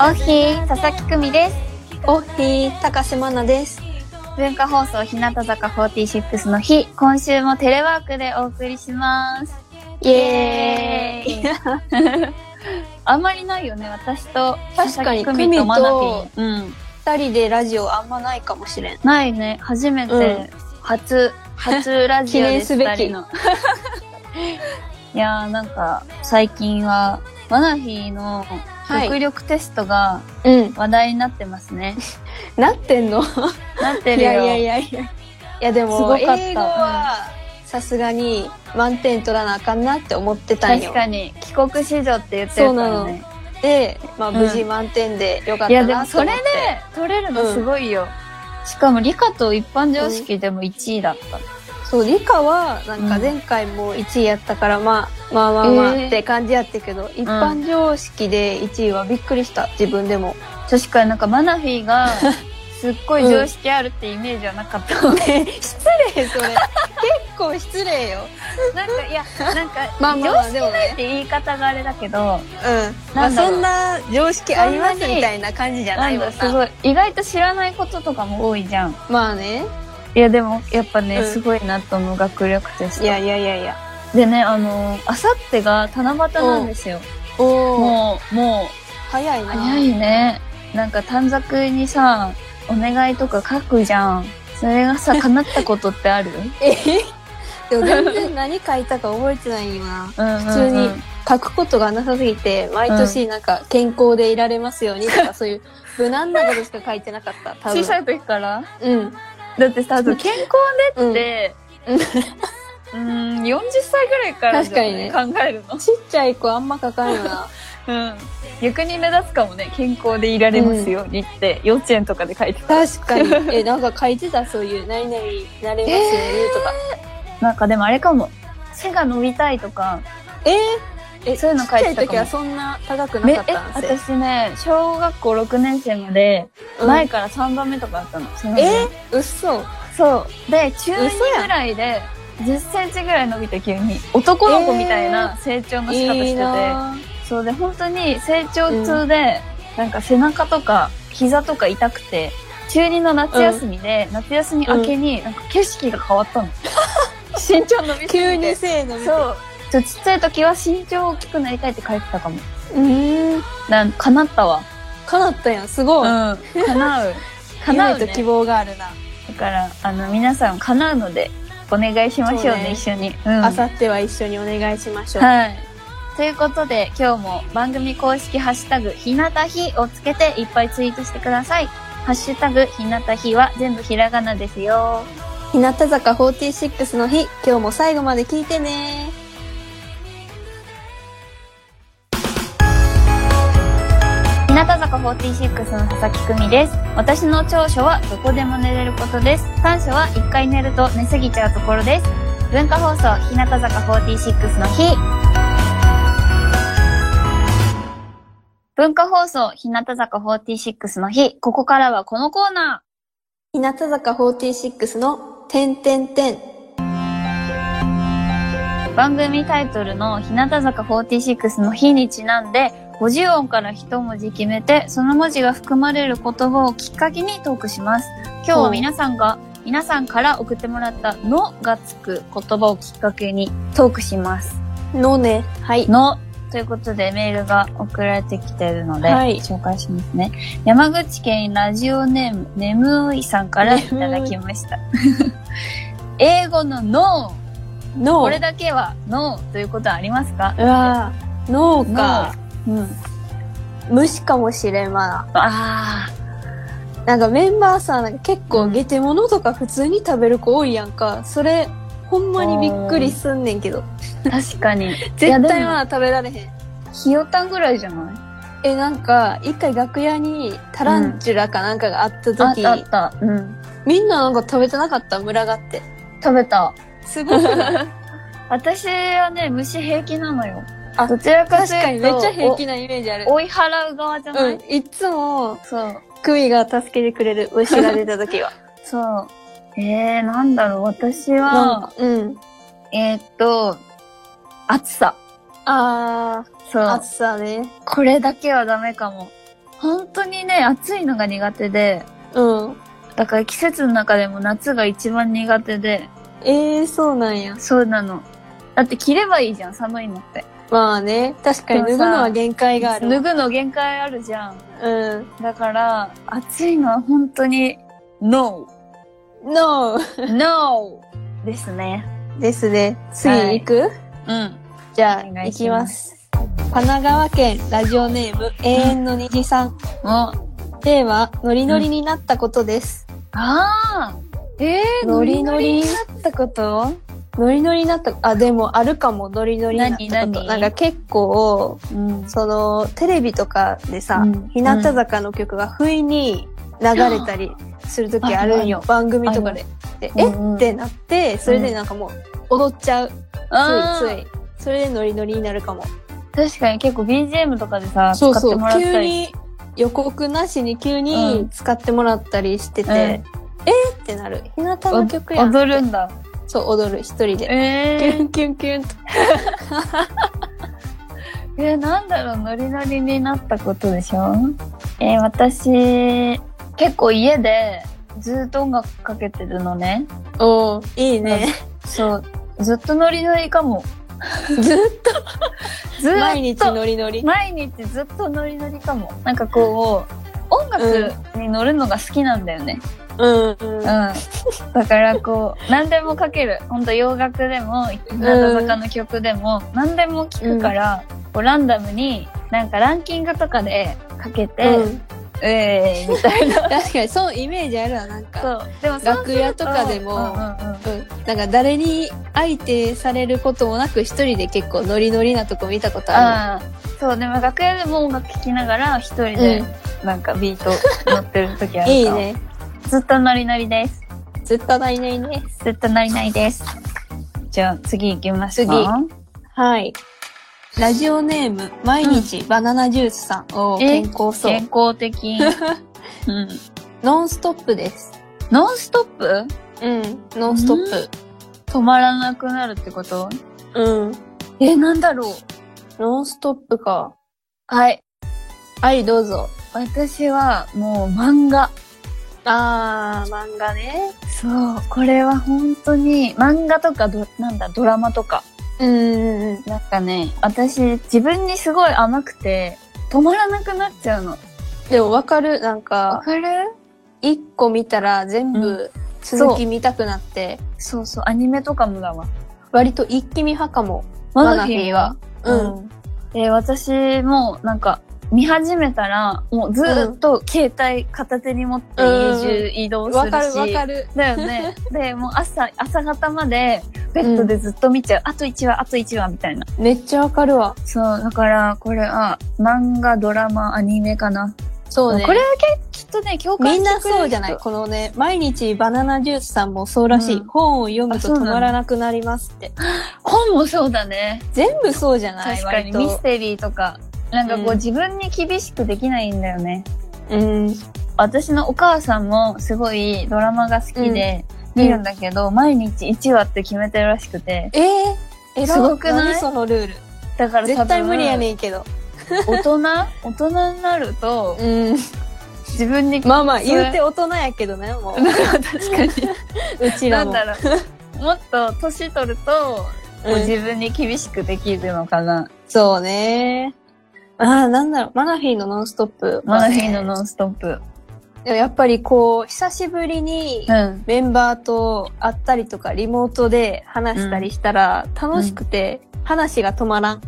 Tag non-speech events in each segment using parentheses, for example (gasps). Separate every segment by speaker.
Speaker 1: オッヒー佐々木久美です
Speaker 2: オッヒー高島奈です
Speaker 1: 文化放送日向坂46の日今週もテレワークでお送りします
Speaker 2: イエーイ
Speaker 1: (laughs) あんまりないよね私と
Speaker 2: 確かに
Speaker 1: 佐々木久美とマナピー、うん、
Speaker 2: 二人でラジオあんまないかもしれん
Speaker 1: ないね初めて、
Speaker 2: うん
Speaker 1: 初初ラジオです
Speaker 2: (laughs) 記念すべ
Speaker 1: 二
Speaker 2: き
Speaker 1: 人の (laughs) いやーなんか最近はマナフィーの
Speaker 2: はい
Speaker 1: 極力テストが
Speaker 2: うん
Speaker 1: 話題になってますね、
Speaker 2: なってんの
Speaker 1: なって
Speaker 2: い
Speaker 1: るよ
Speaker 2: やいやいやいやいやです
Speaker 1: ごか
Speaker 2: も
Speaker 1: った
Speaker 2: 英語はさすがに満点取らなあかんなって思ってたん
Speaker 1: 確
Speaker 2: よ
Speaker 1: かに帰国子女って言ってるからね
Speaker 2: で、まあ、
Speaker 1: うん
Speaker 2: 無事満点でよかっ
Speaker 1: いや
Speaker 2: た
Speaker 1: で
Speaker 2: な
Speaker 1: も
Speaker 2: と
Speaker 1: そ
Speaker 2: 思
Speaker 1: れ
Speaker 2: って、
Speaker 1: で取れるのすごいよ、しかも理科と一般常識でも1位だった、
Speaker 2: そう理科はなんか
Speaker 1: うん
Speaker 2: 前回も1位やったから、まあ、まあまあま
Speaker 1: えー
Speaker 2: あって感じやったけど、一般常識で1位はびっくりした自分でも
Speaker 1: 確かになんかマナフィー
Speaker 2: (laughs)
Speaker 1: がすっごい常識あるってイメージはなかった、 (laughs) なんか
Speaker 2: 失礼 (laughs) それ結構失礼よ
Speaker 1: いやなんか
Speaker 2: (laughs) まあまあまあでも
Speaker 1: っ
Speaker 2: ね
Speaker 1: て言い方があれだけど
Speaker 2: うん
Speaker 1: な
Speaker 2: まあ
Speaker 1: んだろ、
Speaker 2: そうんな常識あります
Speaker 1: そんなに
Speaker 2: みたいな感じじゃな
Speaker 1: ないん
Speaker 2: もん
Speaker 1: だ
Speaker 2: な
Speaker 1: すごい意外と知らないこととかも多いじゃん
Speaker 2: まあね
Speaker 1: いやでもやっぱね、
Speaker 2: うん
Speaker 1: すごいなと思う学力テス
Speaker 2: い
Speaker 1: ト
Speaker 2: やいやいやいや
Speaker 1: でねあのあさってが七夕なんですよ
Speaker 2: おお
Speaker 1: もうもう
Speaker 2: 早いな
Speaker 1: 早いねなんか短冊にさお願いとか書くじゃんそれが
Speaker 2: (laughs)
Speaker 1: さ叶ったことってある
Speaker 2: でも全然何書いたか覚えてないよな
Speaker 1: うんうんうん
Speaker 2: 普通に書くことがなさすぎて毎年なんか健康でいられますようにとか、そういう無難なことしか書いてなかった多分
Speaker 1: 小さい時から
Speaker 2: うん
Speaker 1: だってさあと健康
Speaker 2: う
Speaker 1: っ、
Speaker 2: ん、ちって
Speaker 1: うーん、40歳ぐらいからじゃない考えるの、
Speaker 2: ちゃい子あんま書かんよ
Speaker 1: (laughs)
Speaker 2: な
Speaker 1: うん、逆に目立つかもね健康でいられますようにって、幼稚園とかで書いてた
Speaker 2: 確かにえなんか書いてたそういう「何々になれますように」とか
Speaker 1: なんかでもあれかも背が伸びたいとか
Speaker 2: えー、え
Speaker 1: そういうの書いてたかも
Speaker 2: ちっちゃい時はそんな高く
Speaker 1: め
Speaker 2: なかっ
Speaker 1: え
Speaker 2: たんですよ
Speaker 1: 私ね小学校6年生まで
Speaker 2: うん
Speaker 1: 前から3番目とかあったの、その
Speaker 2: えー、うっそ
Speaker 1: そう。で、中2
Speaker 2: 嘘やん
Speaker 1: ぐらいで、10センチぐらい伸びて急に、男の子みたいな成長の仕方してて、
Speaker 2: いいな
Speaker 1: そうで、本当に成長痛で、なんか背中とか膝とか痛くて、中2の夏休みで、夏休み明けに、なんか景色が変わ (laughs) ったの。身長伸びすぎて。
Speaker 2: 急に背伸びて
Speaker 1: そう。ちょちっちゃい時は身長大きくなりたいって書いてたかも。
Speaker 2: うーん
Speaker 1: なんか叶ったわ。
Speaker 2: かなったやんすごい、
Speaker 1: ん。叶う。叶う、 (laughs)
Speaker 2: 夢
Speaker 1: ね。
Speaker 2: と希望があるな
Speaker 1: だから、あの、皆さん叶うので、お願いしましょう
Speaker 2: そう
Speaker 1: ね、
Speaker 2: ね
Speaker 1: 一緒に。うん
Speaker 2: あさっては一緒にお願いしましょう
Speaker 1: はい。ということで、今日も番組公式ハッシュタグ、ひなたひをつけていっぱいツイートしてください。ハッシュタグ、ひなたひは全部ひらがなですよ。
Speaker 2: 日向坂46の日今日も最後まで聞いてね
Speaker 1: 日向坂46の佐々木久美です。私の長所はどこでも寝れることです。短所は一回寝ると寝すぎちゃうところです。文化放送、日向坂46の日。文化放送、日向坂46の日。ここからはこのコーナー。
Speaker 2: 日向坂46の「てんてんてん
Speaker 1: 番組タイトルの日向坂46の日にちなんで、50音から一文字決めて、その文字が含まれる言葉をきっかけにトークします。今日は皆さんが、皆さんから送ってもらったのがつく言葉をきっかけにトークします。」
Speaker 2: のねはい
Speaker 1: の、ということでメールが送られてきているので、
Speaker 2: はい
Speaker 1: 紹介しますね。山口県ラジオネーム、ねむいさんからいただきました。 (laughs) 英語の脳
Speaker 2: 「の」
Speaker 1: これだけはノーということはありますか
Speaker 2: うわー脳か
Speaker 1: うん。
Speaker 2: 虫かもしれんわ
Speaker 1: あ
Speaker 2: ななんかメンバーさなんか結構ゲテ物とか普通に食べる子多いやんかそれほんまにびっくりすんねんけど
Speaker 1: あ、確かに。
Speaker 2: 絶
Speaker 1: い
Speaker 2: 対
Speaker 1: や
Speaker 2: まだ食べられへん
Speaker 1: ひよたんぐらいじゃない
Speaker 2: えなんか一回楽屋にタランチュラかなんかがあった
Speaker 1: あ
Speaker 2: 時、
Speaker 1: ったあった。うん。
Speaker 2: みんななんか食べてなかった群がって
Speaker 1: 食べた。
Speaker 2: すごい
Speaker 1: 私はね、虫平気なのよ。
Speaker 2: あ
Speaker 1: どちらか
Speaker 2: 確
Speaker 1: というと
Speaker 2: かにめっちゃ平気なイメージある。
Speaker 1: お追い払う側じゃな
Speaker 2: う
Speaker 1: い、
Speaker 2: ん。いつも、
Speaker 1: そう。
Speaker 2: クミが助けてくれる。牛が出た時 (laughs) は。
Speaker 1: そう。えー、なんだろう。私
Speaker 2: なん
Speaker 1: は
Speaker 2: か、うん。
Speaker 1: えー、っと、暑さ。
Speaker 2: あ
Speaker 1: そう
Speaker 2: ー、。暑さね。
Speaker 1: これだけはダメかも。本当にね、暑いのが苦手で、
Speaker 2: うん。
Speaker 1: だから季節の中でも夏が一番苦手で、
Speaker 2: えー、そうなんや。
Speaker 1: そうなの。だって着ればいいじゃん、寒いのって。
Speaker 2: まあね、確かに脱ぐのは限界があ
Speaker 1: 脱
Speaker 2: る。
Speaker 1: ぐの限界あるじゃん。
Speaker 2: うん。
Speaker 1: だから、暑いのは本当に、NO!
Speaker 2: (laughs) No!
Speaker 1: NO! ですね。
Speaker 2: ですね。次
Speaker 1: はい
Speaker 2: 行く、
Speaker 1: うん。
Speaker 2: じゃあ、
Speaker 1: お願
Speaker 2: 行
Speaker 1: い
Speaker 2: き
Speaker 1: し
Speaker 2: ま。
Speaker 1: ます
Speaker 2: 神奈川県ラジオネーム永遠の虹さん。
Speaker 1: もう、
Speaker 2: テーマ、ノリノリになったことです。
Speaker 1: あーえー、
Speaker 2: ノリノリ
Speaker 1: になったこと
Speaker 2: ノリノリになった、あ、でもあるかも、ノリノリになったこと。
Speaker 1: 何何
Speaker 2: なんか結構、
Speaker 1: うん。
Speaker 2: その、テレビとかでさ、
Speaker 1: うん
Speaker 2: 日向坂の曲が不意に流れたりするときあるんよ。番組とかで。でえっ
Speaker 1: うん
Speaker 2: てなって、それでなんかもう、踊っちゃう。ついつい。それでノリノリになるかも。
Speaker 1: 確かに結構 BGM とかでさ、使
Speaker 2: そう
Speaker 1: って
Speaker 2: そう
Speaker 1: もらっ。た
Speaker 2: 急
Speaker 1: り。
Speaker 2: に予告なしに急
Speaker 1: う
Speaker 2: に
Speaker 1: ん
Speaker 2: 使ってもらったりしてて、
Speaker 1: うん
Speaker 2: えー、ってなる。日向の曲やん。
Speaker 1: 踊るんだ。
Speaker 2: そう、踊る、一人で。
Speaker 1: え
Speaker 2: キュンキュンキュンと。
Speaker 1: え、なんだろう、ノリノリになったことでしょえー私、結構家でずっと音楽かけてるのね。
Speaker 2: おーいいね。
Speaker 1: そう。ずっとノリノリかも。
Speaker 2: (laughs) ずっ
Speaker 1: ず
Speaker 2: と
Speaker 1: っと。
Speaker 2: 毎日ノリノリ。
Speaker 1: 毎日ずっとノリノリかも。なんかこう、音楽に乗るのが好きなんだよね。
Speaker 2: うん。うん
Speaker 1: うん。だからこう、何でもかける。ほんと洋楽でも、日向坂の曲でも、何でも聞くから、こうランダムに、なんかランキングとかでかけて、
Speaker 2: うん
Speaker 1: ええみたいな。
Speaker 2: 確かに、そのイメージあるわ、なんか。
Speaker 1: そう。でも
Speaker 2: 楽屋とかでも
Speaker 1: うんうんうん
Speaker 2: うん。なんか、誰に相手されることもなく、一人で結構ノリノリなとこ見たことあ
Speaker 1: ああそう、でも楽屋でも音楽聴きながら、一人
Speaker 2: る。
Speaker 1: で、なんかビート乗ってる時あ
Speaker 2: う
Speaker 1: る
Speaker 2: ん。
Speaker 1: かも
Speaker 2: いい。ね。
Speaker 1: ずっとノリノリです。
Speaker 2: ずっとないないね。
Speaker 1: ずっとなりないです。じゃあ次行きますか。
Speaker 2: はい。ラジオネーム、毎日バナナジュースさん。を
Speaker 1: え
Speaker 2: 健康そう
Speaker 1: 健。康 (laughs) 的。うん。
Speaker 2: ノンストップです。
Speaker 1: ノンストップ
Speaker 2: うん。ノンストッ
Speaker 1: 止まらなくなるってこと
Speaker 2: プ。うん。
Speaker 1: え、なんだろう
Speaker 2: ノンストップか。
Speaker 1: はい。
Speaker 2: はい、どうぞ。
Speaker 1: 私はもう漫画。
Speaker 2: あー、漫画ね。
Speaker 1: そう。これは本当に漫画とかど、なんだ、ドラマとか。
Speaker 2: うん。
Speaker 1: なんかね、私自分にすごい甘くて止まらなくなっちゃうの。
Speaker 2: でもわかるなん
Speaker 1: わ
Speaker 2: か、
Speaker 1: かる
Speaker 2: 一個見たら全部続き見たくなって、
Speaker 1: そうそう、アニメとかもだわ。
Speaker 2: 割と一気見派かも。
Speaker 1: マ
Speaker 2: マ
Speaker 1: ナ
Speaker 2: ナ
Speaker 1: フ
Speaker 2: フ
Speaker 1: ィ
Speaker 2: ィ
Speaker 1: ー
Speaker 2: ー
Speaker 1: は
Speaker 2: は。
Speaker 1: うん。で、私もなんか、見始めたら、もうずーっと携帯片手に持って家中移動す
Speaker 2: わ
Speaker 1: る
Speaker 2: かるわ
Speaker 1: し。
Speaker 2: かる。
Speaker 1: だよ
Speaker 2: (laughs)
Speaker 1: ね。で、もう朝、朝方まで、ベッドでずっと見ちゃう。あと1話、あと1話みたいな。
Speaker 2: めっちゃわかるわ。
Speaker 1: そう、だから、これは、漫画、ドラマ、アニメかな。
Speaker 2: そうね。
Speaker 1: これはきっとね、共感
Speaker 2: みん
Speaker 1: してくれる人
Speaker 2: なそうじゃないこのね、毎日バナナジュースさんもそうらしい。
Speaker 1: うん
Speaker 2: 本を読む
Speaker 1: あ
Speaker 2: と
Speaker 1: そうな
Speaker 2: 止
Speaker 1: の
Speaker 2: まらなくなりますって。
Speaker 1: 本もそうだね。
Speaker 2: 全部そうじゃない
Speaker 1: 確かに、ミ
Speaker 2: 割
Speaker 1: ステリーとか。なんかこう、
Speaker 2: うん
Speaker 1: 自分に厳しくできないんだよね。
Speaker 2: と。うん。
Speaker 1: 私のお母さんもすごいドラマが好きで
Speaker 2: うん
Speaker 1: 見るんだけど、毎日1話って決めてるらしくて、
Speaker 2: えええ
Speaker 1: すごくない
Speaker 2: 何そのルール。
Speaker 1: だから
Speaker 2: 絶対
Speaker 1: 多分
Speaker 2: 無理やねんけど。
Speaker 1: 大人大人 (laughs) になると、
Speaker 2: うん。
Speaker 1: 自分に、
Speaker 2: まあまあ、
Speaker 1: それ
Speaker 2: 言うて大人やけどね、も
Speaker 1: (laughs)
Speaker 2: う。
Speaker 1: 確かに、
Speaker 2: うち
Speaker 1: (laughs) な
Speaker 2: ら
Speaker 1: ん
Speaker 2: も。
Speaker 1: だろ
Speaker 2: (laughs)
Speaker 1: う。もっと年取ると、こう
Speaker 2: うん
Speaker 1: 自分に厳しくできるのかな。
Speaker 2: そうね。ああ、なんだろう、マナフィーのノンストップ。
Speaker 1: マナフィーのノンストップ。
Speaker 2: でもやっぱりこう、久しぶりに
Speaker 1: うん。
Speaker 2: メンバーと会ったりとか、リモートで話したりしたら、楽しくて、話が止まらん。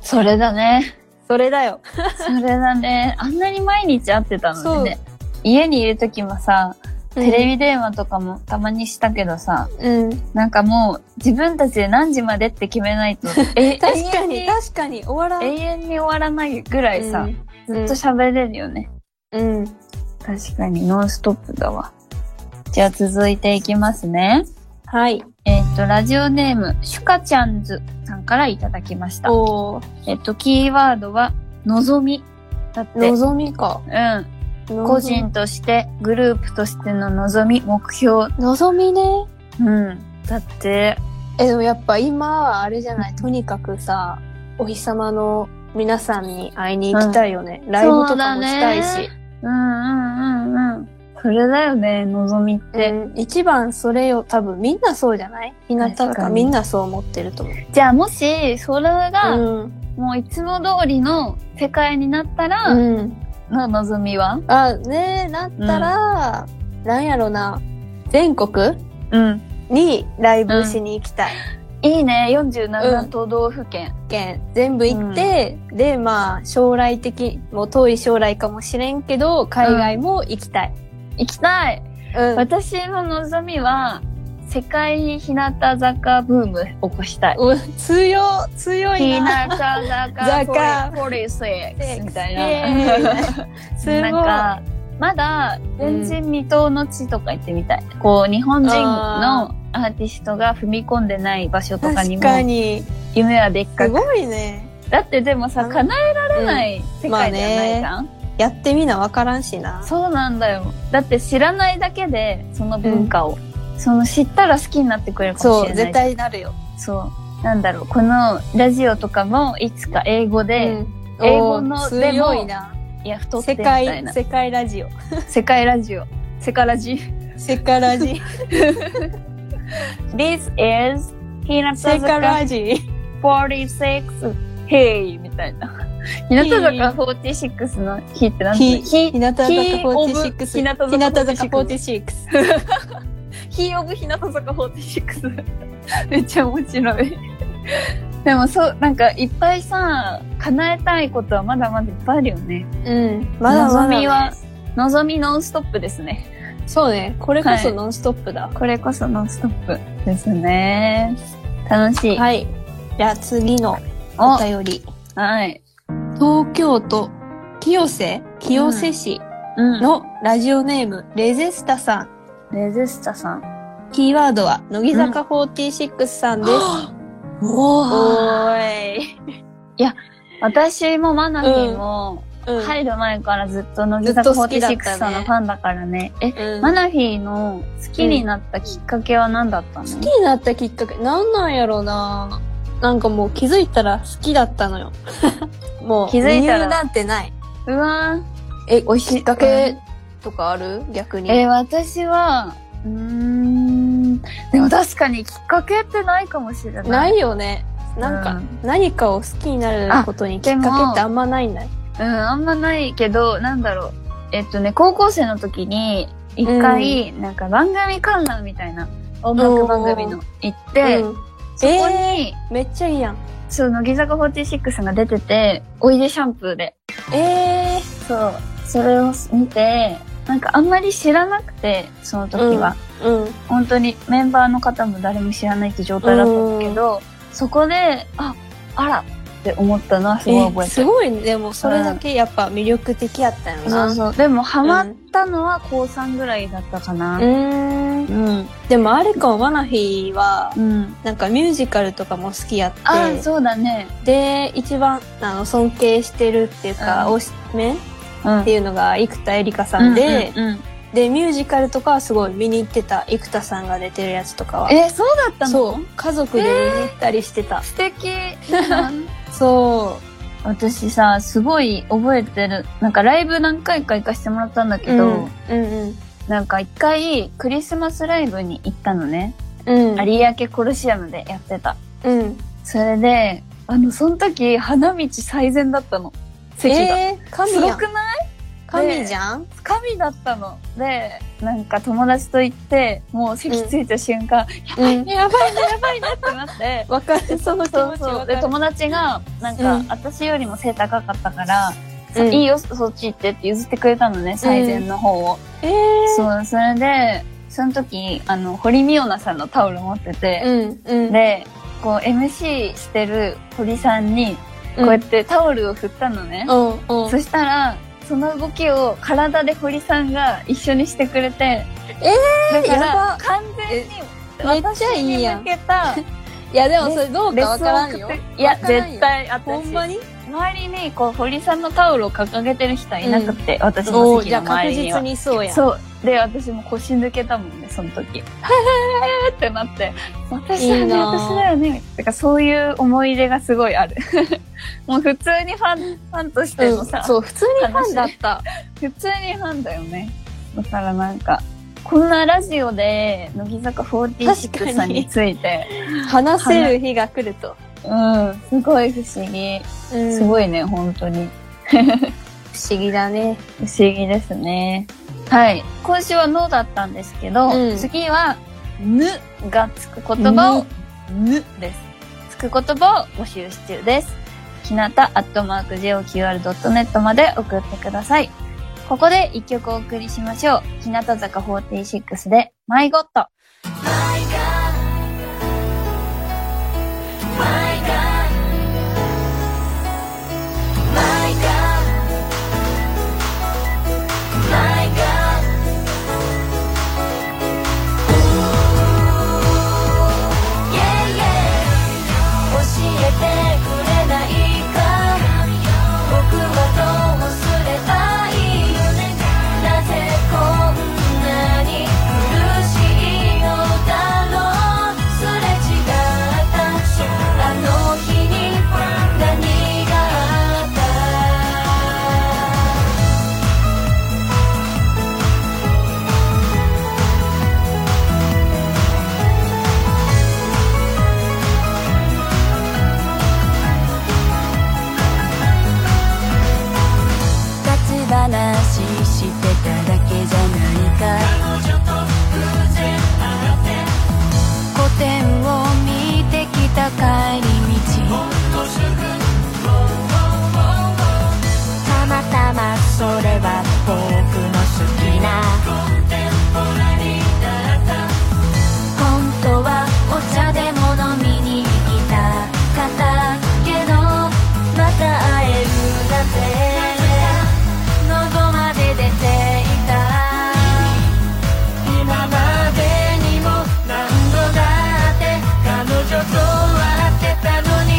Speaker 1: それだね。
Speaker 2: それだよ。
Speaker 1: それだね。あんなに毎日会ってたのにね。家にいる時もさ、テレビ電話とかもたまにしたけどさ、
Speaker 2: うん。
Speaker 1: なんかもう自分たちで何時までって決めない
Speaker 2: (laughs)
Speaker 1: と、え
Speaker 2: 確か
Speaker 1: 永遠
Speaker 2: に、確かに、終わらん。
Speaker 1: 永遠に終わらないぐらいさ、
Speaker 2: う
Speaker 1: ず
Speaker 2: ん
Speaker 1: っと喋れるよね。
Speaker 2: うん。うん
Speaker 1: 確かにノンストップだわ。じゃあ続いていきますね。
Speaker 2: はい。
Speaker 1: えっ、と、ラジオネーム、シュカちゃんずさんからいただきました。
Speaker 2: おー、
Speaker 1: えっ、と、キーワードは、望み。だって、う
Speaker 2: 望みか。
Speaker 1: ん。個人として、グループとしての望み、目標。
Speaker 2: 望みね。
Speaker 1: うん。だって、
Speaker 2: え、でもやっぱ今はあれじゃない。とにかくさ、お日様の皆さんに会いに行きたいよね。ライブとかもしたい
Speaker 1: そうだ
Speaker 2: し
Speaker 1: ね。うんうんうんうん。それだよね、望みって。
Speaker 2: で、一番それを多分みんなそうじゃない日向
Speaker 1: 確か
Speaker 2: 坂
Speaker 1: に
Speaker 2: みんなそう思ってると思う。
Speaker 1: じゃあもし、それが、
Speaker 2: うん。
Speaker 1: もういつも通りの世界になったら、
Speaker 2: うん。
Speaker 1: の望みは
Speaker 2: あ、ねえ、なったら、なんやろな、全国
Speaker 1: うん。
Speaker 2: にライブしに行きたい。
Speaker 1: いいね、47都道府県。
Speaker 2: 県全部行って、で、まあ、将来的、もう遠い将来かもしれんけど、海外も行きたい。
Speaker 1: 行きたい
Speaker 2: うん。
Speaker 1: 私の望みは、世界日向坂ブーム起こしたい。
Speaker 2: うん強、強
Speaker 1: 日
Speaker 2: い
Speaker 1: 向
Speaker 2: な。
Speaker 1: 坂
Speaker 2: 坂
Speaker 1: 46みたい
Speaker 2: イ
Speaker 1: な。
Speaker 2: エーイすごい。
Speaker 1: なんか、まだ前人未到の地とか行ってみたい。こう、日本人のアーティストが踏み込んでない場所とかに
Speaker 2: 確
Speaker 1: も、
Speaker 2: かに。
Speaker 1: 夢はでっか
Speaker 2: す
Speaker 1: く。
Speaker 2: ごいね。
Speaker 1: だってでもさ、
Speaker 2: うん
Speaker 1: 叶えられない世界じゃないじゃん、
Speaker 2: やってみなわからんしな。
Speaker 1: そうなんだよ。だって知らないだけで、その文化を。その知ったら好きになってくれるかも
Speaker 2: そ
Speaker 1: しれ
Speaker 2: う、
Speaker 1: ない
Speaker 2: 絶
Speaker 1: し。
Speaker 2: 対なるよ。
Speaker 1: そう。なんだろう。このラジオとかも、いつか英語で、
Speaker 2: うん
Speaker 1: 英語の
Speaker 2: おー
Speaker 1: でも
Speaker 2: 強いな。
Speaker 1: いや、太って
Speaker 2: 世
Speaker 1: みたい
Speaker 2: 界、
Speaker 1: な。
Speaker 2: 世界ラジオ。
Speaker 1: 世界ラジオ。世界ラ
Speaker 2: (laughs)
Speaker 1: ジ
Speaker 2: 世界ラジ。 (laughs)
Speaker 1: オ。This is 日向
Speaker 2: 世界
Speaker 1: 坂
Speaker 2: ラジ。
Speaker 1: 46 Hey みたい
Speaker 2: (laughs)
Speaker 1: な。日向坂46の日って何
Speaker 2: ひ、
Speaker 1: 日
Speaker 2: 日向坂46。
Speaker 1: 日向坂
Speaker 2: 日向坂
Speaker 1: 46
Speaker 2: 46。 (laughs)
Speaker 1: ヒーオブ日向坂46。め (laughs) っちゃ面白
Speaker 2: (laughs)
Speaker 1: い。でもそう、なんかいっぱいさ、叶えたいことはまだまだいっぱいあるよね。
Speaker 2: うん。まだまだ、
Speaker 1: 望み
Speaker 2: ね。
Speaker 1: は、望みノンストップですね。
Speaker 2: そうね。これこ
Speaker 1: は
Speaker 2: そ
Speaker 1: い
Speaker 2: ノンストップだ。
Speaker 1: これこそノンストップですね。楽しい。い。
Speaker 2: はい。じゃあ次のお
Speaker 1: お
Speaker 2: 便り。
Speaker 1: はい。
Speaker 2: 東京都清瀬、清瀬市
Speaker 1: うん。
Speaker 2: のラジオネーム、レゼスタさん。
Speaker 1: レゼスタさん。
Speaker 2: キーワードは、乃木坂46さん (gasps) です。
Speaker 1: お
Speaker 2: お
Speaker 1: ーい。いや、私もマナミーも、
Speaker 2: うん
Speaker 1: 入る前からずっと乃木坂
Speaker 2: ずっと好きだったね
Speaker 1: 46さんのファンだからね。え、
Speaker 2: うん
Speaker 1: マナフィーの好きになったきっかけは何だったの、
Speaker 2: 好きになったきっかけ、なんなんやろうななんかもう気づいたら好きだったのよ。 (laughs) もう、
Speaker 1: 気づいたら
Speaker 2: 理由なんてない。
Speaker 1: うわ
Speaker 2: え、おきっかけとかある逆に。
Speaker 1: ーえー私は、うーん、でも確かにきっかけってないかもしれない。
Speaker 2: ないよね。なんか、
Speaker 1: うん
Speaker 2: 何かを好きになることにきっかけってあんまないんだよ。
Speaker 1: うん、あんまないけど、なんだろう。えっとね、高校生の時に、一回、なんか番組観覧みたいな、音楽番組の行って、
Speaker 2: うん
Speaker 1: そこに、
Speaker 2: めっちゃいいやん。
Speaker 1: そう、乃木坂46さんが出てて、おいでシャンプーで。
Speaker 2: えー、
Speaker 1: そう。それを見て、なんかあんまり知らなくて、その時は。
Speaker 2: うん。
Speaker 1: 本当にメンバーの方も誰も知らないって状態だったんだけど、そこで、あ、あらって思ったのはすごい覚えて
Speaker 2: す
Speaker 1: る。
Speaker 2: ごいね。でも、それだけやっぱ魅力的やったよな。
Speaker 1: そうそう。でもハマったのは高3ぐらいだったかな。
Speaker 2: うーん。
Speaker 1: うん。
Speaker 2: でも、あれかも、マナフィーは
Speaker 1: う、ん。
Speaker 2: なんかミュージカルとかも好きやって、
Speaker 1: ああ、そうだね。
Speaker 2: で、一番、あの、尊敬してるっていうか、
Speaker 1: うん
Speaker 2: 推しメンっ
Speaker 1: うん。
Speaker 2: ていうのが、生田絵梨花さ
Speaker 1: うん
Speaker 2: んで、
Speaker 1: うんうん
Speaker 2: で、ミュージカルとかはすごい見に行ってた、生田さんが出てるやつとかは。
Speaker 1: え、そうだったの
Speaker 2: そう。家族で見に行ったりしてた。
Speaker 1: 素
Speaker 2: (laughs)
Speaker 1: 敵。
Speaker 2: そ
Speaker 1: 私さ、すごい覚えてる。なんかライブ何回か行かせてもらったんだ
Speaker 2: う。
Speaker 1: けど、
Speaker 2: うんうん。
Speaker 1: なんか一回クリスマスライブに行ったのね。
Speaker 2: うん。
Speaker 1: 有明コルシアムでやってた。
Speaker 2: うん。
Speaker 1: それで、あの、その時花道最善だったの。席が。
Speaker 2: えー、神
Speaker 1: すご
Speaker 2: やん
Speaker 1: くない
Speaker 2: 神じゃん
Speaker 1: 神だったの。で、なんか友達と行って、もう席ついた瞬間、
Speaker 2: うん。
Speaker 1: やばいな、やばいなってなって。
Speaker 2: わかる、その (laughs) 気
Speaker 1: そ
Speaker 2: 持
Speaker 1: う
Speaker 2: ち
Speaker 1: そう。
Speaker 2: わ
Speaker 1: で、
Speaker 2: かる。
Speaker 1: 友達が、なんか、
Speaker 2: うん
Speaker 1: 私よりも背高かったから、
Speaker 2: うん
Speaker 1: いいよ、そっち行ってって譲ってくれたのね、最善の方を。
Speaker 2: えー
Speaker 1: そう、それで、その時、あの、堀美央奈さんのタオル持ってて、
Speaker 2: うん、うん。
Speaker 1: で、こう MC してる堀さんに、
Speaker 2: う
Speaker 1: こ
Speaker 2: ん
Speaker 1: うやってタオルを振ったのね。
Speaker 2: うん、うん。
Speaker 1: そしたら、その動きを体で堀さんが一緒にしてくれて、
Speaker 2: え
Speaker 1: だか
Speaker 2: やば
Speaker 1: ら完全に
Speaker 2: めっちゃいい
Speaker 1: 私に
Speaker 2: やん
Speaker 1: 向けた
Speaker 2: いや、でもそれどうかわからんよ
Speaker 1: レッスンを買っていや
Speaker 2: わからんよ
Speaker 1: 絶対私
Speaker 2: ほんまに
Speaker 1: 周りにこう堀さんのタオルを掲げてる人はいなくて、私
Speaker 2: お
Speaker 1: の
Speaker 2: ー
Speaker 1: 席
Speaker 2: じゃ
Speaker 1: の
Speaker 2: あ確
Speaker 1: 周りには
Speaker 2: 実にそうやん。
Speaker 1: そうで私も腰抜けたもんねその時へーってなって私だ
Speaker 2: い
Speaker 1: よ
Speaker 2: い
Speaker 1: ね
Speaker 2: なぁ
Speaker 1: 私だよねだからそういう思い出がすごいあるもう普通にファンファンとして
Speaker 2: う
Speaker 1: の
Speaker 2: ん
Speaker 1: さ、
Speaker 2: そう、普通にファンだった。
Speaker 1: 普通にファンだよねだからなんかこんなラジオで乃木坂
Speaker 2: 確か
Speaker 1: 46
Speaker 2: に
Speaker 1: さんについて
Speaker 2: 話せる日が来ると。
Speaker 1: うんすごい不思議
Speaker 2: す
Speaker 1: すごいね本当に
Speaker 2: 不思議だね。
Speaker 1: 不思議ですね。はい。今週はノーだったんですけど、
Speaker 2: うん
Speaker 1: 次は、ぬがつく言葉を、ぬです。つく言葉を募集中です。ひなた、アットマーク、joqr.net まで送ってください。ここで一曲お送りしましょう。日向坂46で、マイゴット。
Speaker 3: 教えてくれないか僕はどうすればいいなぜこんなに苦しいのだろうすれ違ったあの日に何があった立ち話してただけじゃないか古典を見てきた帰り道たまたまそれは僕の好きな本当はお茶でも飲みに来たかったけどまた会えるなんて喉まで出ていた今までにも何度だって彼女と笑ってたのに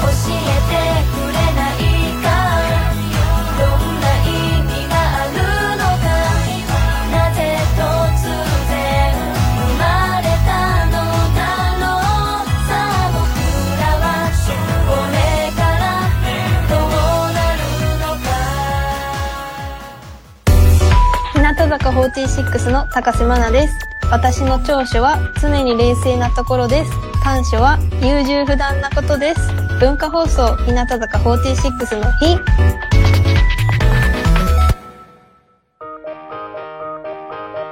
Speaker 3: 教えてくれないかどんな意味があるのかなぜ突然生まれたのだろうさあ僕らはこれからどうなるのか
Speaker 2: 日向坂46の高瀬真奈です。私の長所は常に冷静なところです。短所は優柔不断なことです。文化放送日向坂46の日。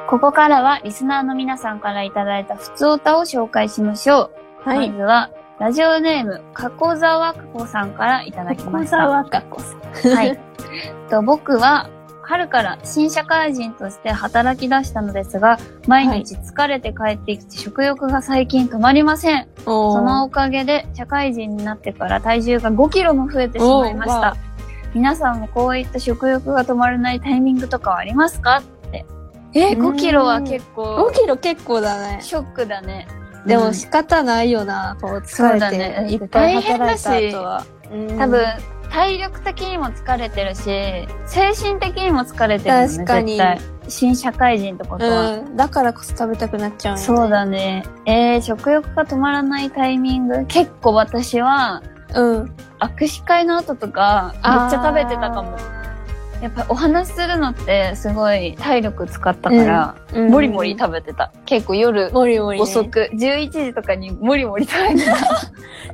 Speaker 1: ここからはリスナーの皆さんからいただいた普通歌を紹介しましょう。
Speaker 2: はい
Speaker 1: まずは、ラジオネーム、加古沢加古さんからいただきました。
Speaker 2: か子さん。
Speaker 1: はい。 (laughs) と僕は、春から新社会人として働き出したのですが、毎日疲れて帰ってきて食欲が最近止まりません。
Speaker 2: お
Speaker 1: そのおかげで、社会人になってから体重が5キロも増えてしまいまし
Speaker 2: おーわ
Speaker 1: た。皆さんもこういった食欲が止まらないタイミングとかはありますかえ、
Speaker 2: え
Speaker 1: 5キロは結
Speaker 2: 構。
Speaker 1: 構
Speaker 2: 5、キロ結構だね。
Speaker 1: ショックだね。
Speaker 2: で
Speaker 1: う
Speaker 2: も
Speaker 1: ん
Speaker 2: 仕方ないよな、こう疲
Speaker 1: そう
Speaker 2: れ
Speaker 1: だ
Speaker 2: て、
Speaker 1: ね
Speaker 2: いっぱい働いた後は。
Speaker 1: 多分、体力的にも疲れてるし、精神的にも疲れてるよね。
Speaker 2: 確かに
Speaker 1: 絶対新社会人ってことは。
Speaker 2: うん、うん、だからこそ食べたくなっちゃうよね
Speaker 1: そうだね。えー、食欲が止まらないタイミング。結構私は、
Speaker 2: うん
Speaker 1: 握手会の後とか、めっちゃ食べてたかも。やっぱお話しするのって、すごい体力使ったから、
Speaker 2: うん
Speaker 1: もりもり食べてた。結構夜、
Speaker 2: もりもり、ね、
Speaker 1: 遅く、11時とかにもりもり食べてた。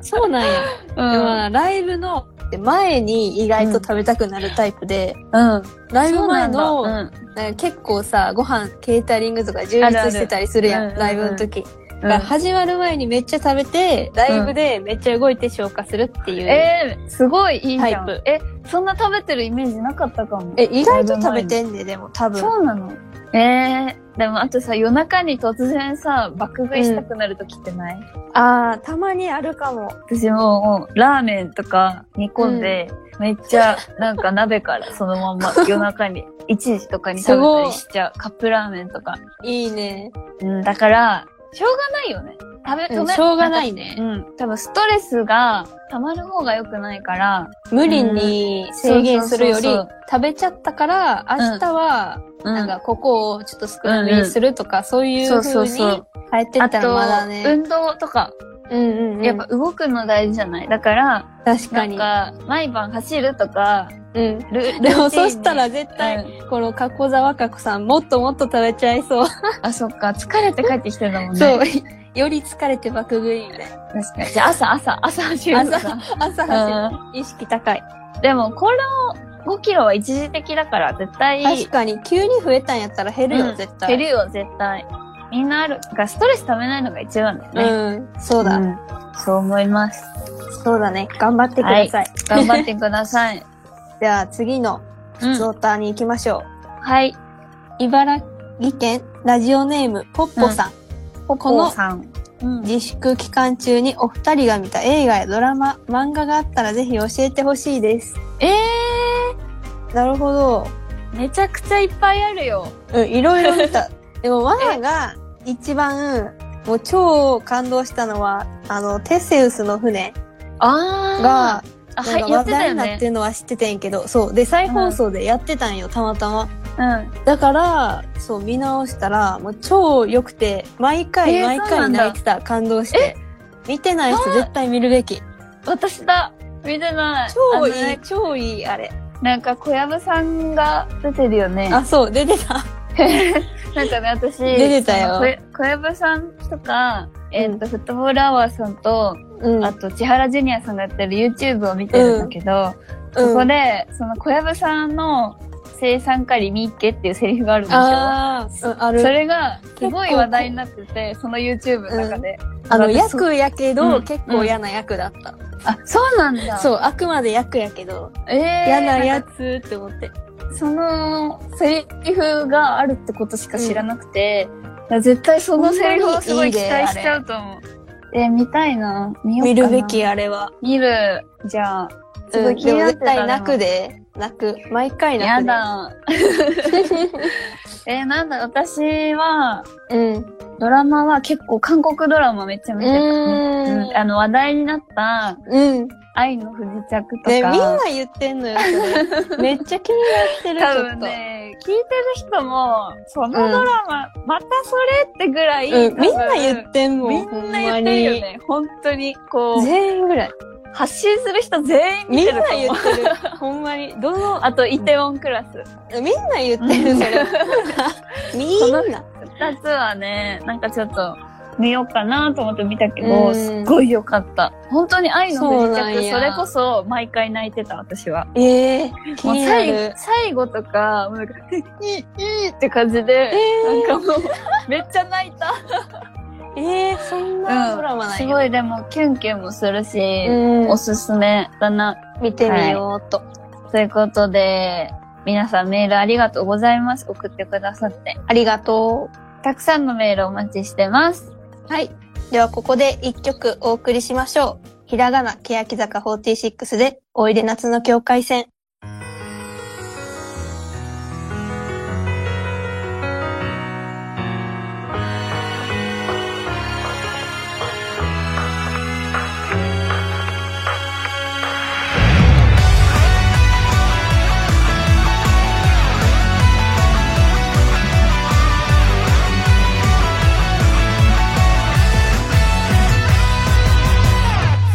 Speaker 2: そうなんや、でも
Speaker 1: う
Speaker 2: なライブの前に意外と食べたくなるタイプで、
Speaker 1: ん。うん。
Speaker 2: ライブ前の
Speaker 1: そう
Speaker 2: な
Speaker 1: なんんだ
Speaker 2: か結構さご飯ケータリングとか充実してたりするや
Speaker 1: あ
Speaker 2: ん
Speaker 1: るある
Speaker 2: ライブの時、
Speaker 1: うん
Speaker 2: だから始まる前にめっちゃ食べてライブでめっちゃ動いて消化するっていう、
Speaker 1: えー、すごいいいじゃん
Speaker 2: タイプ。
Speaker 1: え、そんな食べてるイメージなかったかも。
Speaker 2: え意外と食べてんねでも多分
Speaker 1: そうなのえー、でもあとさ、夜中に突然さ、爆食いしたくなるときってない、
Speaker 2: ああ、たまにあるかも。
Speaker 1: 私もうもう、ラーメンとか煮込んで、めっちゃ、なんか鍋からそのまま (laughs) 夜中に、1時とかに食べたりしちゃう。カップラーメンとか。
Speaker 2: いいね。
Speaker 1: うん、だから、しょうがないよね。食べ、。
Speaker 2: うんしょうがないい
Speaker 1: な
Speaker 2: ね。
Speaker 1: んかうん、多分ストレスが溜まる方が良くないから、
Speaker 2: 無理に制限するより
Speaker 1: そうそうそう、
Speaker 2: 食べちゃったから、明日は、
Speaker 1: うん
Speaker 2: なんか、ここをちょっと少なめにするとか、そういう
Speaker 1: そう
Speaker 2: 風
Speaker 1: そう
Speaker 2: に
Speaker 1: そう。
Speaker 2: 変えてっ
Speaker 1: あ
Speaker 2: たら
Speaker 1: と
Speaker 2: まだ、ね。
Speaker 1: 運動とか、
Speaker 2: うんうんうん。
Speaker 1: やっぱ動くの大事じゃないだから、
Speaker 2: 確か
Speaker 1: な
Speaker 2: に
Speaker 1: ん。か、毎晩走るとか、
Speaker 2: うん。
Speaker 1: ルルーティンに
Speaker 2: でもそしたら絶対、
Speaker 1: うん
Speaker 2: この加古沢加子さんもっともっと食べちゃいそう。
Speaker 1: あ、そっか、疲れて帰ってきてるんだもんね。
Speaker 2: そう。。 (laughs) より疲れて爆食いみたいな。
Speaker 1: 確かに。じゃあ朝、朝、朝走るとか。
Speaker 2: (laughs) 朝走る。意識高い。
Speaker 1: うんでも、これを5キロは一時的だから、絶対、
Speaker 2: 確かに、急に増えたんやったら減るよ、
Speaker 1: うん
Speaker 2: 絶
Speaker 1: 減
Speaker 2: 対。
Speaker 1: るよ、絶対。みんなある。だからストレス溜めないのが一番だよね。
Speaker 2: うん。そうだ。
Speaker 1: んそう思います。
Speaker 2: そうだね。頑張ってください。
Speaker 1: 頑張ってくださ (laughs) い。
Speaker 2: では次の
Speaker 1: う
Speaker 2: ゾ
Speaker 1: ん、
Speaker 2: ーターに行きましょ
Speaker 1: はい。
Speaker 2: う。茨城県ラジオネームポッポさん。こ
Speaker 1: こう
Speaker 2: の
Speaker 1: さん。うん。
Speaker 2: 自粛期間中にお二人が見た映画やドラマ、漫画があったらぜひ教えてほしいです。
Speaker 1: ええ
Speaker 2: なるほど。
Speaker 1: ー、めちゃくちゃいっぱいあるよ。
Speaker 2: うん、いろいろ見
Speaker 1: (laughs)
Speaker 2: た。でも、マナが一番、もう超感動したのは、あの、テセウスの船
Speaker 1: あ
Speaker 2: が、
Speaker 1: あ、
Speaker 2: な
Speaker 1: は
Speaker 2: ん
Speaker 1: い、
Speaker 2: か
Speaker 1: やっ
Speaker 2: 話
Speaker 1: てた
Speaker 2: 題
Speaker 1: よ
Speaker 2: になっ
Speaker 1: ね。
Speaker 2: てるのは知っててんけど、そう。で、再放送でやってたんよ、たまたま。
Speaker 1: うん。
Speaker 2: だから、そう、見直したら、もう超良くて、毎
Speaker 1: え
Speaker 2: 回
Speaker 1: ー
Speaker 2: 毎
Speaker 1: そうな
Speaker 2: 回
Speaker 1: んだ
Speaker 2: 泣いてた、感動して。見てない人絶対見るべき。
Speaker 1: 私だ。見てない。
Speaker 2: 超い
Speaker 1: あの
Speaker 2: い、
Speaker 1: ね
Speaker 2: 超いい、あれ。
Speaker 1: なんか小籔さんが出てるよね。
Speaker 2: あ、そう、出てた。
Speaker 1: なんかね、私、
Speaker 2: 出てたよ
Speaker 1: その小小籔さんとか、えっ、と、フットボールアワーさんと、
Speaker 2: うん。
Speaker 1: あと、千原ジュニアさんがやってる YouTube を見てるんだけど、そこ
Speaker 2: うん
Speaker 1: で、その小籔さんの生産カリミッケっていうセリフがあるんですよ。
Speaker 2: あーうんあ
Speaker 1: そ
Speaker 2: る。
Speaker 1: れが、すごい話題になってて、その YouTube の中で。
Speaker 2: あの、
Speaker 1: 私
Speaker 2: 役やけど、
Speaker 1: うん
Speaker 2: 結構嫌な役だった。
Speaker 1: あ、そうなんだう。
Speaker 2: そう、あくまで役やけど、
Speaker 1: えー、
Speaker 2: 嫌なやつって思って。
Speaker 1: そのセリフがあるってことしか知らなくて、いや絶対そのセリフをすごい期待しちゃうと思う。えー見たいな。見よう
Speaker 2: 見
Speaker 1: かな
Speaker 2: るべ。きあれは。
Speaker 1: 見る。じゃあ、すご
Speaker 2: う
Speaker 1: い
Speaker 2: ん、
Speaker 1: 気
Speaker 2: で
Speaker 1: に
Speaker 2: も
Speaker 1: なって
Speaker 2: 絶
Speaker 1: た
Speaker 2: 対泣く。で、泣く。毎回
Speaker 1: でもや
Speaker 2: 泣く
Speaker 1: だ。 (laughs) えーなんだ、私は、
Speaker 2: で。うん。
Speaker 1: ドラマは結構韓国ドラマめっちゃ見てたね。うんあの、話題になった、
Speaker 2: うん。
Speaker 1: 愛の不時着とか。
Speaker 2: ね、みんな言ってんのよ、
Speaker 1: (laughs)
Speaker 2: それ。めっちゃ気に (laughs) なって
Speaker 1: 多
Speaker 2: る、ちょ
Speaker 1: 分
Speaker 2: っと。
Speaker 1: ね、聞いてる人も、そのドラマ、またそれってぐらい、
Speaker 2: うん、
Speaker 1: 多分
Speaker 2: みんな言ってんもん。
Speaker 1: みんな言ってるよね。本当に、こ
Speaker 2: ほんまに。
Speaker 1: う、
Speaker 2: 全員ぐらい。
Speaker 1: 発信する人全員見
Speaker 2: みん
Speaker 1: て
Speaker 2: な
Speaker 1: ると
Speaker 2: 言
Speaker 1: 思う。
Speaker 2: ってる。ほんまに。どの、
Speaker 1: あと、イテウォンクラス。
Speaker 2: みんな言ってる、それ。 (laughs) みんな。
Speaker 1: 二つはね、なんかちょっと、見ようかなと思って見たけど、
Speaker 2: うん
Speaker 1: すっごい良かった。本当に愛の
Speaker 2: そう
Speaker 1: 不時
Speaker 2: なん
Speaker 1: 着、
Speaker 2: や
Speaker 1: それこそ毎回泣いてた、私は。
Speaker 2: ええー、気
Speaker 1: もう
Speaker 2: にな
Speaker 1: 最
Speaker 2: る
Speaker 1: 後。最後とか、もうなんか、いい、いいって感じで、
Speaker 2: え
Speaker 1: なんかもう、めっちゃ泣いた。
Speaker 2: ー、えー、そんなドラマな
Speaker 1: す
Speaker 2: いよ。
Speaker 1: ごいでも、キュンキュンもするし、
Speaker 2: うん
Speaker 1: おすすめだな。
Speaker 2: 見てみようと。
Speaker 1: ということで、皆さんメールありがとうございます。送ってくださって。
Speaker 2: ありがと
Speaker 1: たくさんのメールお待ちしてます。
Speaker 2: う。はい。ではここで一曲お送りしましょう。ひらがな、欅坂46で、おいで夏の境界線。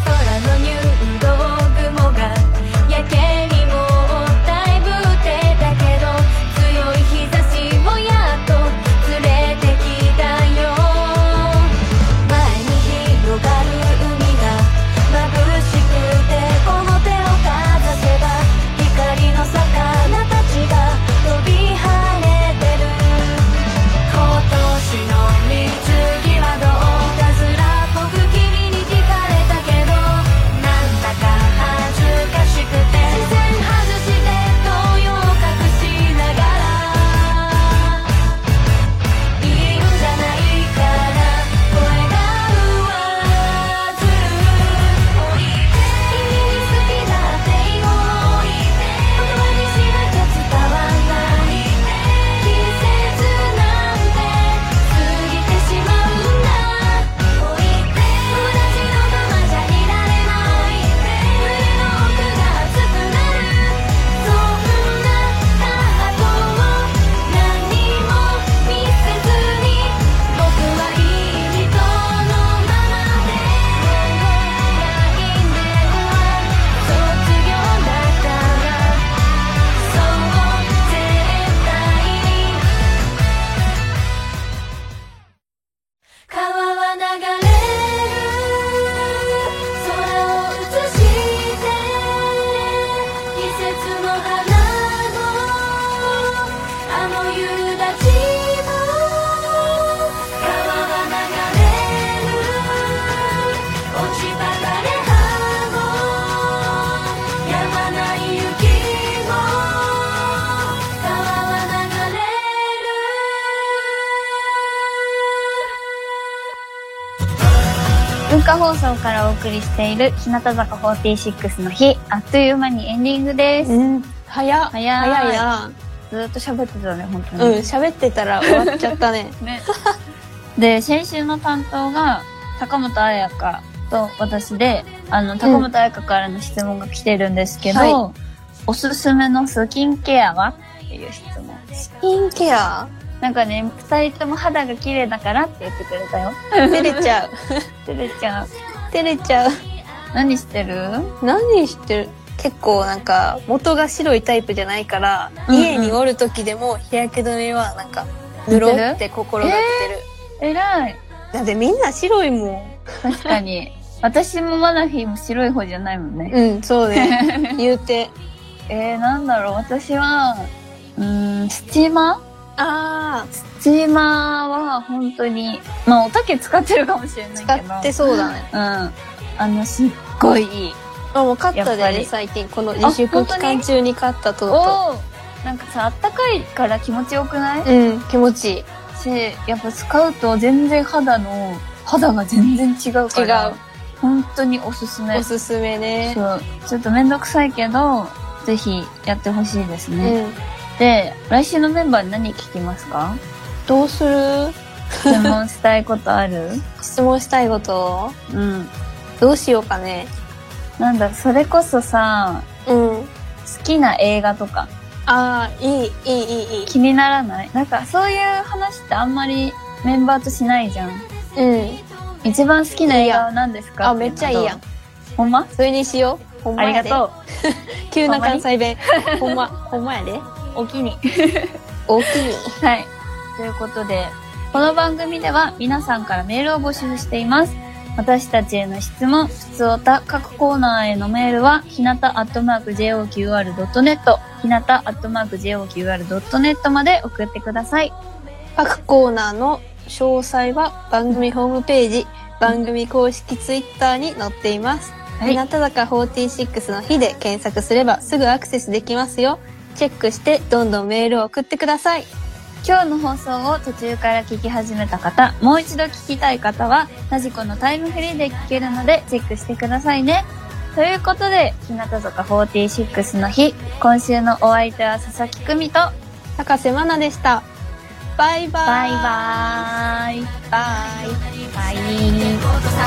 Speaker 3: 空の入道雲がやけにも
Speaker 1: 文化放送からお送りしている日向坂46の日、あっという間にエンディングです。
Speaker 2: うん。早っ。
Speaker 1: 早い
Speaker 2: 早いな。
Speaker 1: ずーっと喋ってたね、本当
Speaker 2: う
Speaker 1: に。
Speaker 2: ん。喋ってたら終わっちゃっ
Speaker 1: (laughs)
Speaker 2: たね。
Speaker 1: ね。で、先週の担当が、高本彩香と私で、あの、高本彩香からの質問が来てるんですけど、
Speaker 2: は
Speaker 1: おすすめのスキンケアはっていう質問。
Speaker 2: スキンケア
Speaker 1: なんかね、二人とも肌が綺麗だからって言ってくれたよ。
Speaker 2: 照れちゃう。
Speaker 1: てれちゃん、
Speaker 2: 照れちゃう。
Speaker 1: 何してる
Speaker 2: 何してる結構なんか元が白いタイプじゃないから、
Speaker 1: うんうん
Speaker 2: 家におる時でも日焼け止めはなんか塗ろうって心がけてる。
Speaker 1: 偉い。
Speaker 2: だってみんな白いも
Speaker 1: 確か (laughs) に。私もマナフィーも白い方じゃないもん
Speaker 2: ん。
Speaker 1: ね。
Speaker 2: うん、そう (laughs) ね。言うて。
Speaker 1: えー、なんだろう。私は、うーん、スチーマー
Speaker 2: ああ、
Speaker 1: スチーマーは本当に、まあおたけ使ってるかもしれないけど。
Speaker 2: 使ってそうだね。
Speaker 1: うん。あの、すっごいいい。
Speaker 2: あ、もう買った
Speaker 1: やっぱ
Speaker 2: で
Speaker 1: り
Speaker 2: ね、最近。この自
Speaker 1: あ
Speaker 2: 粛
Speaker 1: 本
Speaker 2: 期
Speaker 1: 当に
Speaker 2: 間中に買ったとうと。
Speaker 1: おーなんかさ、あったかいから気持ちよくないう
Speaker 2: うん、気持ちいい。
Speaker 1: し、やっぱ使うと全然肌の、肌が全然違うから。
Speaker 2: 違う。
Speaker 1: 本当におすすめ
Speaker 2: お。すすめね。
Speaker 1: そう。ちょっとめんどくさいけど、ぜひやってほしいです
Speaker 2: う
Speaker 1: ね。
Speaker 2: ん。
Speaker 1: で、来週のメンバーに何聞きます
Speaker 2: (laughs)
Speaker 1: か
Speaker 2: どうする
Speaker 1: 質問したいことある
Speaker 2: 質問したいこと
Speaker 1: うん。
Speaker 2: どうしようかね。
Speaker 1: なんだ、それこそさ、
Speaker 2: うん。
Speaker 1: 好きな映画とか
Speaker 2: ああ、いい、いい、いい、いい。
Speaker 1: 気にならないなんかそういう話ってあんまりメンバーとしないじゃん。
Speaker 2: うん。
Speaker 1: 一番好きな映画は何ですか
Speaker 2: あ、めっちゃいいやん。。
Speaker 1: ほんま
Speaker 2: それにしよう。ほんま
Speaker 1: あり
Speaker 2: や
Speaker 1: が
Speaker 2: で。
Speaker 1: と
Speaker 2: う。急な関西弁。ほんま、 (laughs) ほんまやで。
Speaker 1: う。お気に。
Speaker 2: 大きい。
Speaker 1: はい。ということで、この番組では皆さんからメールを募集しています。私たちへの質問、普通おた、各コーナーへのメールは、ひなた JOQR.net、ひなた JOQR.net まで送ってください。
Speaker 2: 各コーナーの詳細は番組ホームページ、番組公式ツイッターに載っています。
Speaker 1: は
Speaker 2: 日向坂46の日で検索すればすぐアクセスできますよ。チェックしてどんどんメールを送ってください。
Speaker 1: 今日の放送を途中から聞き始めた方、もう一度聞きたい方は、ラジコのタイムフリーで聞けるので、チェックしてくださいね。ということで、日向坂46の日、今週のお相手は佐々木久美と、
Speaker 2: 高瀬まなでした。バイバイ。
Speaker 1: バイバーイ。
Speaker 2: バイ。
Speaker 1: バイ。
Speaker 3: ことさ